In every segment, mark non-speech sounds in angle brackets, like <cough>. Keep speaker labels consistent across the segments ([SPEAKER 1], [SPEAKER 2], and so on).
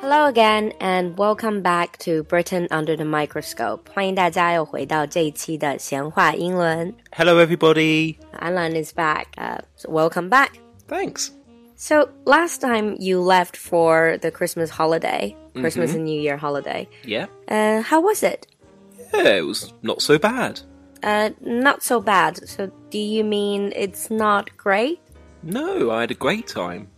[SPEAKER 1] Hello again and welcome back to Britain Under the Microscope。欢迎大家又回到这一期的闲话英文。
[SPEAKER 2] Hello, everybody.
[SPEAKER 1] Alan is back. Uh, so welcome back.
[SPEAKER 2] Thanks.
[SPEAKER 1] So last time you left for the Christmas holiday, Christmas and New Year holiday.
[SPEAKER 2] Yeah.
[SPEAKER 1] Uh, how was it?
[SPEAKER 2] Yeah, it was not so bad.
[SPEAKER 1] Uh, not so bad. So do you mean it's not great?
[SPEAKER 2] No, I had a great time.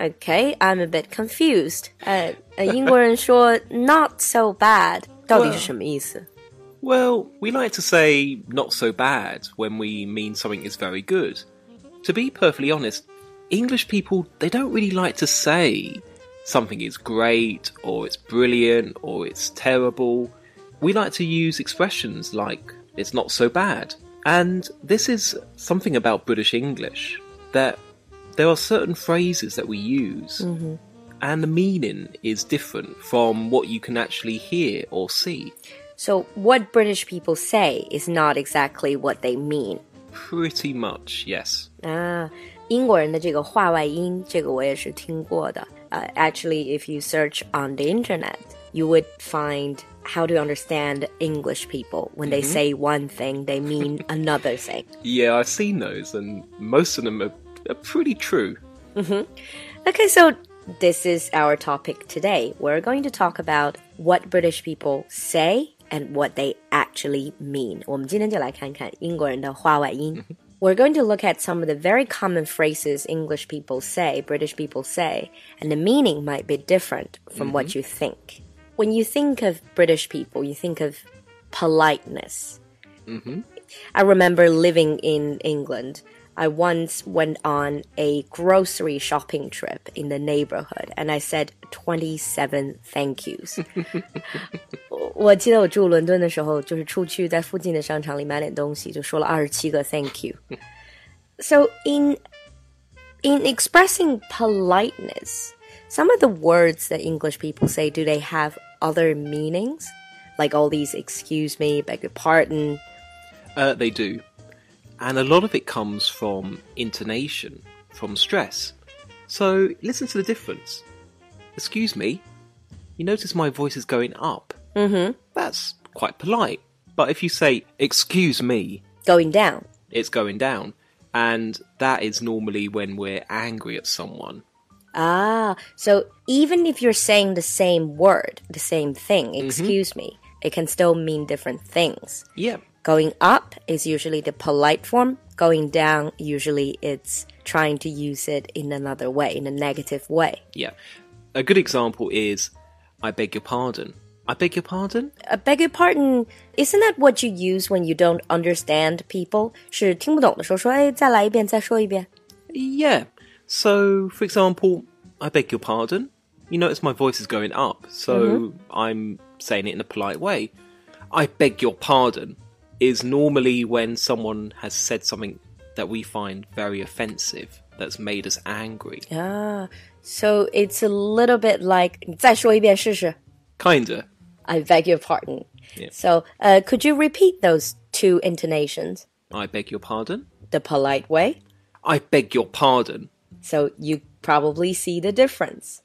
[SPEAKER 1] Okay, I'm a bit confused. 呃、呃，英国人说 not so bad 到底是什么意思
[SPEAKER 2] Well, we like to say not so bad when we mean something is very good. To be perfectly honest, English people, they don't really like to say something is great or it's brilliant or it's terrible. We like to use expressions like it's not so bad. And this is something about British English that there are certain phrases that we use and the meaning is different from what you can actually hear or see.
[SPEAKER 1] So what British people say is not exactly what they mean.
[SPEAKER 2] Pretty much, yes.
[SPEAKER 1] 啊，英国人的这个话外音，这个我也是听过的。呃、a c t u a l l y if you search on the internet, you would find how to understand English people when they say one thing, they mean another thing.
[SPEAKER 2] Yeah, I've seen those, and most of them are, are pretty true.
[SPEAKER 1] Okay, so this is our topic today. We're going to talk about what British people say and what they actually mean. Um, 我们今天就来看看英国人的话外音。We're going to look at some of the very common phrases English people say, British people say, and the meaning might be different from what you think. When you think of British people, you think of politeness. I remember living in England. I once went on a grocery shopping trip in the neighborhood and I said 27 thank yous. <laughs> 我我记得我住伦敦的时候，就是出去在附近的商场里买点东西，就说了二十七个 thank you。So in in expressing politeness, some of the words that English people say, do they have other meanings? Like all these excuse me, beg your pardon,
[SPEAKER 2] Uh, they do. And a lot of it comes from intonation, from stress. So listen to the difference. Excuse me, you notice my voice is going up. Mm-hmm. That's quite polite. But if you say, excuse me,
[SPEAKER 1] going down.
[SPEAKER 2] it's going down. And that is normally when we're angry at someone.
[SPEAKER 1] Ah, so even if you're saying the same word, the same thing, excuse me, it can still mean different things.
[SPEAKER 2] Yeah.
[SPEAKER 1] Going up is usually the polite form, going down, usually it's trying to use it in another way, in a negative way.
[SPEAKER 2] Yeah. A good example is I beg your pardon. I beg your pardon?
[SPEAKER 1] I beg your pardon, isn't that what you use when you don't understand people? 是听不懂的时候说，哎，再来一遍，再说一遍。
[SPEAKER 2] Yeah. So, for example, I beg your pardon. You notice my voice is going up, so I'm saying it in a polite way. I beg your pardon is normally when someone has said something that we find very offensive that's made us angry.
[SPEAKER 1] Ah, so it's a little bit like 你再说一遍试试。
[SPEAKER 2] Kinda.
[SPEAKER 1] I beg your pardon. So, uh, could you repeat those two intonations?
[SPEAKER 2] I beg your pardon.
[SPEAKER 1] The polite way.
[SPEAKER 2] I beg your pardon.
[SPEAKER 1] So, you probably see the difference.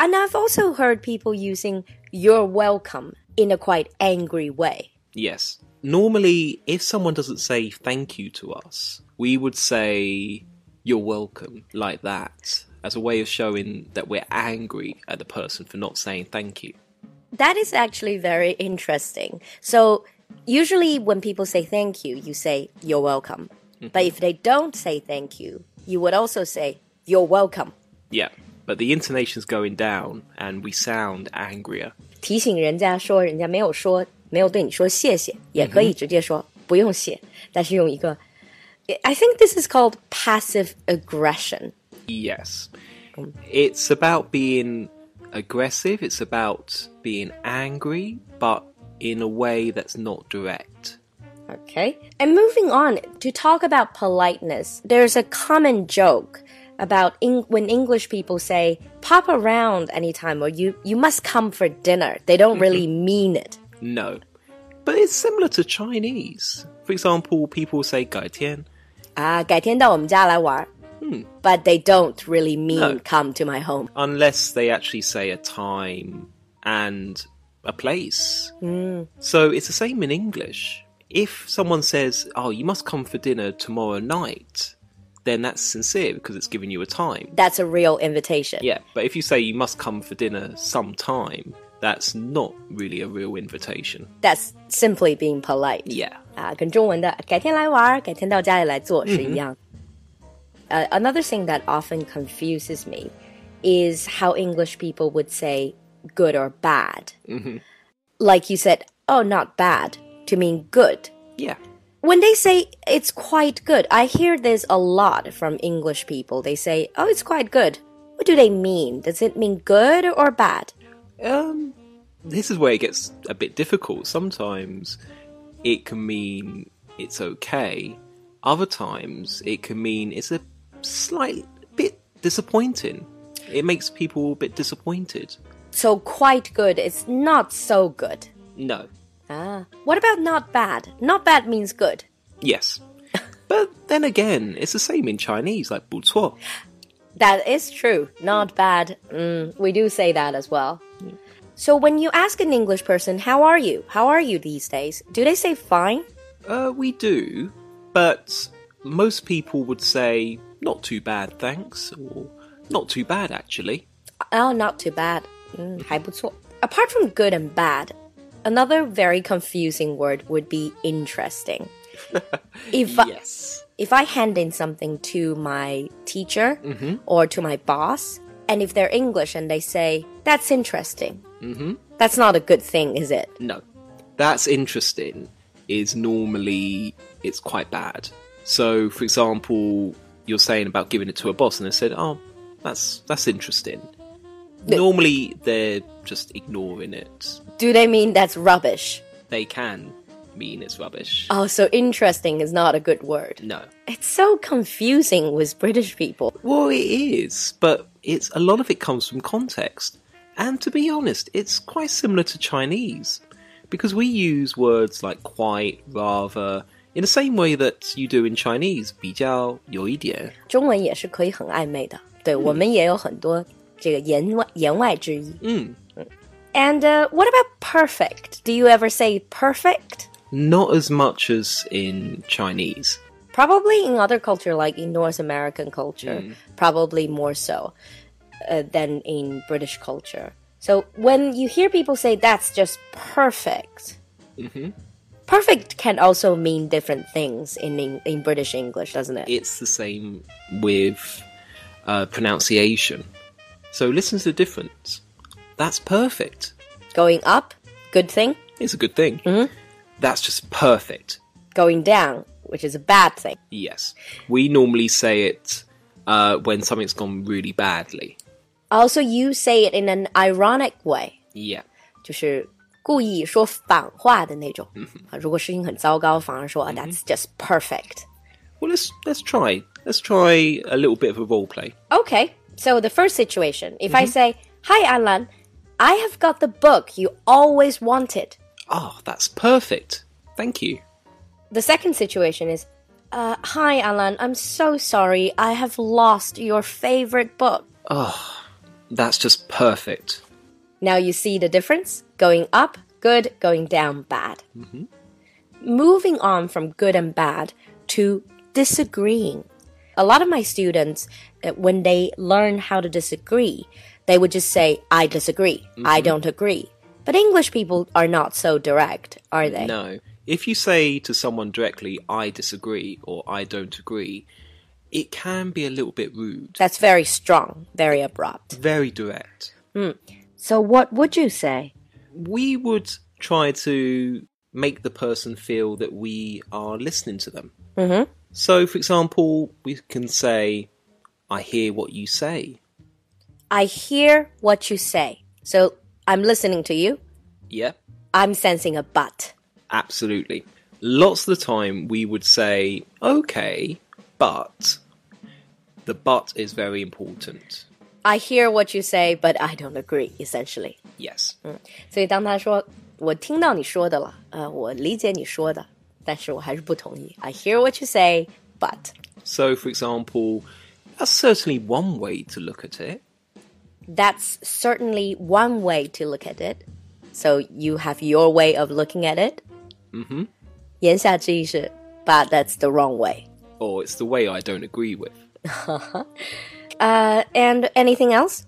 [SPEAKER 1] And I've also heard people using you're welcome in a quite angry way.
[SPEAKER 2] Yes. Normally, if someone doesn't say thank you to us, we would say you're welcome, like that, as a way of showing that we're angry at the person for not saying thank you.
[SPEAKER 1] That is actually very interesting. So, usually when people say thank you, you say you're welcome. But if they don't say thank you, you would also say you're welcome.
[SPEAKER 2] Yeah. But the intonation's going down and we sound angrier.
[SPEAKER 1] 提醒人家说人家没有说没有对你说谢谢，也可以直接说、不用谢，但是用一个，I think this is called passive aggression。
[SPEAKER 2] Yes. It's about being aggressive, it's about being angry, but in a way that's not direct.
[SPEAKER 1] Okay. And moving on to talk about politeness, there's a common joke about in, when English people say pop around anytime or you you must come for dinner. They
[SPEAKER 2] Mm-hmm.
[SPEAKER 1] don't really mean it.
[SPEAKER 2] No. But it's similar to Chinese. For example, people say 改天,
[SPEAKER 1] 啊，改天到我们家来玩儿。"Ah, But they don't really mean
[SPEAKER 2] Hmm. No.
[SPEAKER 1] come to my home.
[SPEAKER 2] unless they actually say a time and a place. So it's the same in English. If someone says, "Oh, you must come for dinner tomorrow night," then that's sincere because it's giving you a time.
[SPEAKER 1] That's a real invitation.
[SPEAKER 2] Yeah, but if you say you must come for dinner sometime, that's not really a real invitation.
[SPEAKER 1] That's simply being polite.
[SPEAKER 2] Yeah.
[SPEAKER 1] 啊，跟中文的改天来玩儿，改天到家里来做是一样。Uh, another thing that often confuses me is how English people would say good or bad. Like you said, oh, not bad, to mean good.
[SPEAKER 2] Yeah.
[SPEAKER 1] When they say it's quite good, I hear this a lot from English people. They say, oh, it's quite good. What do they mean? Does it mean good or bad?
[SPEAKER 2] Um, this is where it gets a bit difficult. Sometimes it can mean it's okay. Other times it can mean it's a slight bit disappointing. It makes people a bit disappointed.
[SPEAKER 1] So, quite good is not so good.
[SPEAKER 2] No.
[SPEAKER 1] Ah. What about not bad? Not bad means good.
[SPEAKER 2] Yes. but then again, it's the same in Chinese, like 不错.
[SPEAKER 1] That is true. Not bad. Mm, we do say that as well. So when you ask an English person, how are you? How are you these days? Do they say fine?
[SPEAKER 2] Uh, we do, but most people would say not too bad, thanks, or not too bad actually.
[SPEAKER 1] Oh, not too bad. Mm, 还不错. Apart from good and bad, another very confusing word would be interesting. if I-
[SPEAKER 2] Yes.
[SPEAKER 1] if I hand in something to my teacher or to my boss, and if they're English and they say, that's interesting, mm-hmm. that's not a good thing, is it?
[SPEAKER 2] No. That's interesting is normally it's quite bad. So for example, you're saying about giving it to a boss and they said, "Oh, that's that's interesting." Normally they're just ignoring it.
[SPEAKER 1] Do they mean that's rubbish?
[SPEAKER 2] They can mean it's rubbish.
[SPEAKER 1] Oh, so interesting is not a good word.
[SPEAKER 2] No.
[SPEAKER 1] It's so confusing with British people.
[SPEAKER 2] Well, it is, but it's a lot of it comes from context. And to be honest, it's quite similar to Chinese because we use words like quite, rather in the same way that you do in Chinese, 比较有一点.
[SPEAKER 1] 中文也是可以很暧昧的。对，我们也有很多这个言外-言外之意。And uh, what about perfect? Do you ever say perfect?
[SPEAKER 2] Not as much as in Chinese.
[SPEAKER 1] Probably in other culture, like in North American culture, probably more so uh, than in British culture. So when you hear people say that's just perfect, perfect can also mean different things in, in in British English, doesn't it?
[SPEAKER 2] It's the same with uh, pronunciation. So listen to the difference. That's perfect.
[SPEAKER 1] Going up, good thing.
[SPEAKER 2] It's a good thing. That's just perfect.
[SPEAKER 1] Going down, which is a bad thing.
[SPEAKER 2] Yes. We normally say it uh, when something's gone really badly.
[SPEAKER 1] Also, you say it in an ironic way.
[SPEAKER 2] Yeah.
[SPEAKER 1] 就是故意说反话的那种。啊，如果事情很糟糕，反而说，"Ah, that's just perfect.
[SPEAKER 2] Well, let's let's try. Let's try a little bit of a role play.
[SPEAKER 1] Okay, so the first situation, if I say, "Hi, Alan, I have got the book you always wanted."
[SPEAKER 2] Oh, that's perfect. Thank you.
[SPEAKER 1] The second situation is, uh, "Hi, Alan, I'm so sorry. I have lost your favorite book."
[SPEAKER 2] That's just perfect.
[SPEAKER 1] Now you see the difference? Going up, good, going down, bad. Moving on from good and bad to disagreeing. A lot of my students, uh, when they learn how to disagree, they would just say, I disagree, I don't agree. But English people are not so direct, are they?
[SPEAKER 2] No. If you say to someone directly, I disagree or I don't agree, it can be a little bit rude.
[SPEAKER 1] That's very strong, very abrupt.
[SPEAKER 2] Very direct.
[SPEAKER 1] So, what would you say?
[SPEAKER 2] We would try to make the person feel that we are listening to them. Mm-hmm. So, for example, we can say, I hear what you say.
[SPEAKER 1] I hear what you say. So, I'm listening to you,
[SPEAKER 2] Yeah,
[SPEAKER 1] I'm sensing a but.
[SPEAKER 2] absolutely. Lots of the time we would say, okay, but. The but is very important.
[SPEAKER 1] I hear what you say, but I don't agree. Essentially，
[SPEAKER 2] Yes.
[SPEAKER 1] 所以当他说我听到你说的了，呃，我理解你说的，但是我还是不同意。I hear what you say, but
[SPEAKER 2] So, for example, That's certainly one way to look at it.
[SPEAKER 1] That's certainly one way to look at it. So you have your way of looking at it.
[SPEAKER 2] hmm
[SPEAKER 1] 言下之意是 but that's the wrong way.
[SPEAKER 2] Or it's the way I don't agree with.
[SPEAKER 1] Uh, and anything else?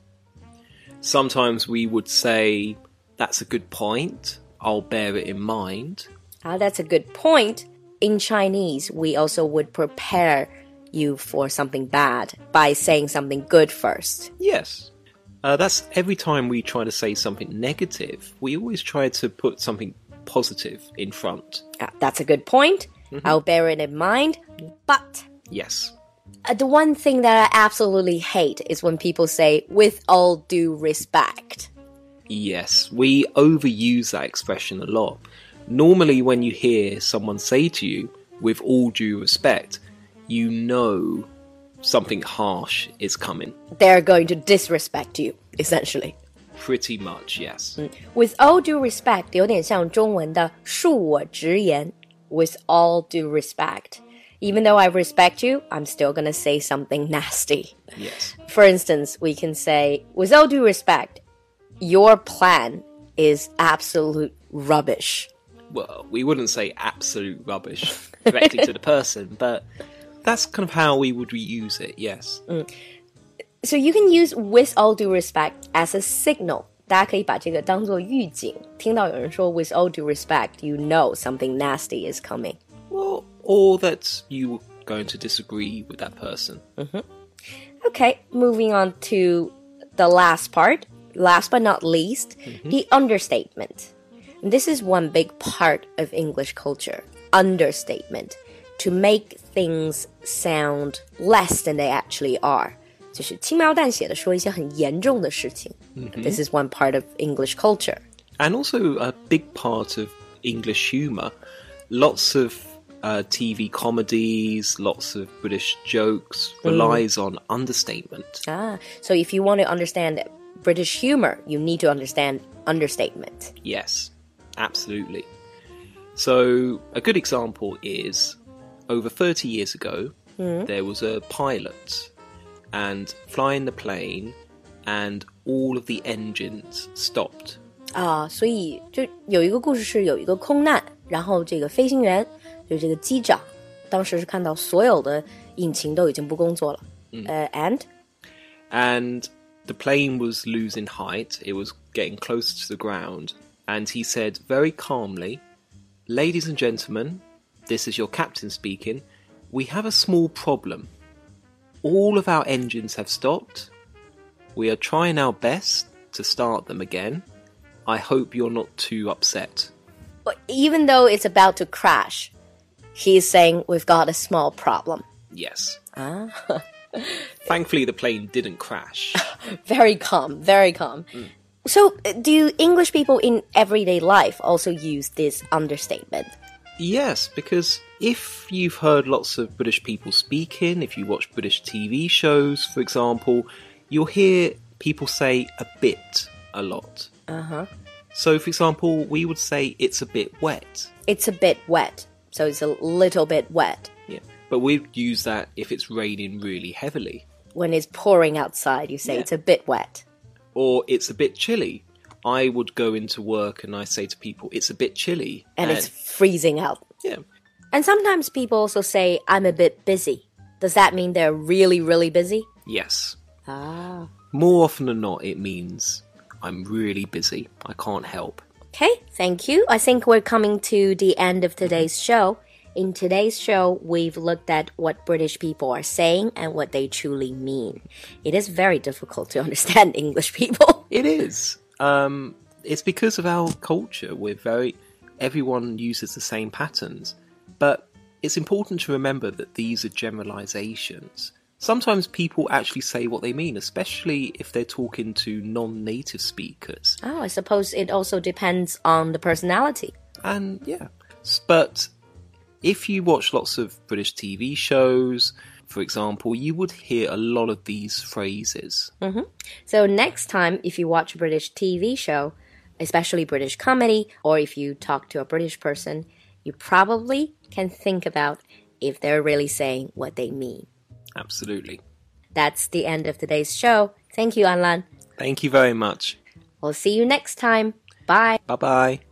[SPEAKER 2] Sometimes we would say, that's a good point, I'll bear it in mind.
[SPEAKER 1] Ah, that's a good point. In Chinese, we also would prepare you for something bad by saying something good first.
[SPEAKER 2] Yes. Uh, that's every time we try to say something negative, we always try to put something positive in front.
[SPEAKER 1] Ah, that's a good point. I'll bear it in mind. But
[SPEAKER 2] Yes.
[SPEAKER 1] uh, the one thing that I absolutely hate is when people say, with all due respect.
[SPEAKER 2] Yes, we overuse that expression a lot. Normally, when you hear someone say to you, with all due respect, you know something harsh is coming.
[SPEAKER 1] They're going to disrespect you, essentially.
[SPEAKER 2] Pretty much, yes.
[SPEAKER 1] With all due respect 有点像中文的恕我直言 With all due respect, even though I respect you, I'm still gonna say something nasty.
[SPEAKER 2] Yes.
[SPEAKER 1] For instance, we can say, with all due respect, your plan is absolute rubbish.
[SPEAKER 2] Well, we wouldn't say absolute rubbish directly to the person, but that's kind of how we would reuse it, yes.
[SPEAKER 1] So you can use with all due respect as a signal. 大家可以把这个当做预警。听到有人说 with all due respect, you know something nasty is coming.
[SPEAKER 2] Well, or that you were going to disagree with that person.
[SPEAKER 1] Okay, moving on to the last part. Last but not least, the understatement. And This is one big part of English culture understatement. To make things sound less than they actually are. 就是轻描淡写的说一些很严重的事情。This is one part of English culture.
[SPEAKER 2] And also a big part of English humour. Lots of uh, TV comedies, lots of British jokes relies on understatement.
[SPEAKER 1] Ah, so if you want to understand British humor, you need to understand understatement.
[SPEAKER 2] Yes, absolutely. So a good example is over 30 years ago, there was a pilot and flying the plane and all of the engines stopped
[SPEAKER 1] 啊，所以就有一个故事是有一个空难，然后这个飞行员就是这个机长，当时是看到所有的引擎都已经不工作了，呃、a n d
[SPEAKER 2] and the plane was losing height. It was getting close to the ground. And he said very calmly, Ladies and gentlemen, this is your captain speaking. We have a small problem. All of our engines have stopped. We are trying our best to start them again. I hope you're not too upset.
[SPEAKER 1] but even though it's about to crash, he's saying we've got a small problem.
[SPEAKER 2] Yes. Ah. Thankfully, the plane didn't crash.
[SPEAKER 1] Very calm, very calm. So, uh, do English people in everyday life also use this understatement?
[SPEAKER 2] Yes, because if you've heard lots of British people speaking, if you watch British TV shows, for example, you'll hear people say a bit a lot. Uh huh.
[SPEAKER 1] Uh-huh.
[SPEAKER 2] So, for example, we would say it's a bit wet.
[SPEAKER 1] It's a bit wet, so it's a little bit wet.
[SPEAKER 2] Yeah. But we'd use that if it's raining really heavily.
[SPEAKER 1] When it's pouring outside, you say
[SPEAKER 2] Yeah.
[SPEAKER 1] it's a bit wet.
[SPEAKER 2] Or it's a bit chilly. I would go into work and I say to people, it's a bit chilly.
[SPEAKER 1] and it's freezing out.
[SPEAKER 2] Yeah.
[SPEAKER 1] And sometimes people also say, I'm a bit busy. Does that mean they're really, really busy?
[SPEAKER 2] Yes.
[SPEAKER 1] Ah.
[SPEAKER 2] More often than not, it means I'm really busy. I can't help.
[SPEAKER 1] Okay, thank you. I think we're coming to the end of today's show. In today's show, we've looked at what British people are saying and what they truly mean. It is very difficult to <laughs> understand English people. <laughs>
[SPEAKER 2] It is. Um, it's because of our culture. We're very. Everyone uses the same patterns. But it's important to remember that these are generalizations. Sometimes people actually say what they mean, especially if they're talking to non native speakers.
[SPEAKER 1] Oh, I suppose it also depends on the personality.
[SPEAKER 2] And yeah. S- But if you watch lots of British TV shows, for example, you would hear a lot of these phrases.
[SPEAKER 1] So next time, if you watch a British TV show, especially British comedy, or if you talk to a British person, you probably can think about if they're really saying what they mean.
[SPEAKER 2] Absolutely.
[SPEAKER 1] That's the end of today's show. Thank you, Anlan.
[SPEAKER 2] Thank you very much.
[SPEAKER 1] We'll see you next time. Bye.
[SPEAKER 2] Bye bye.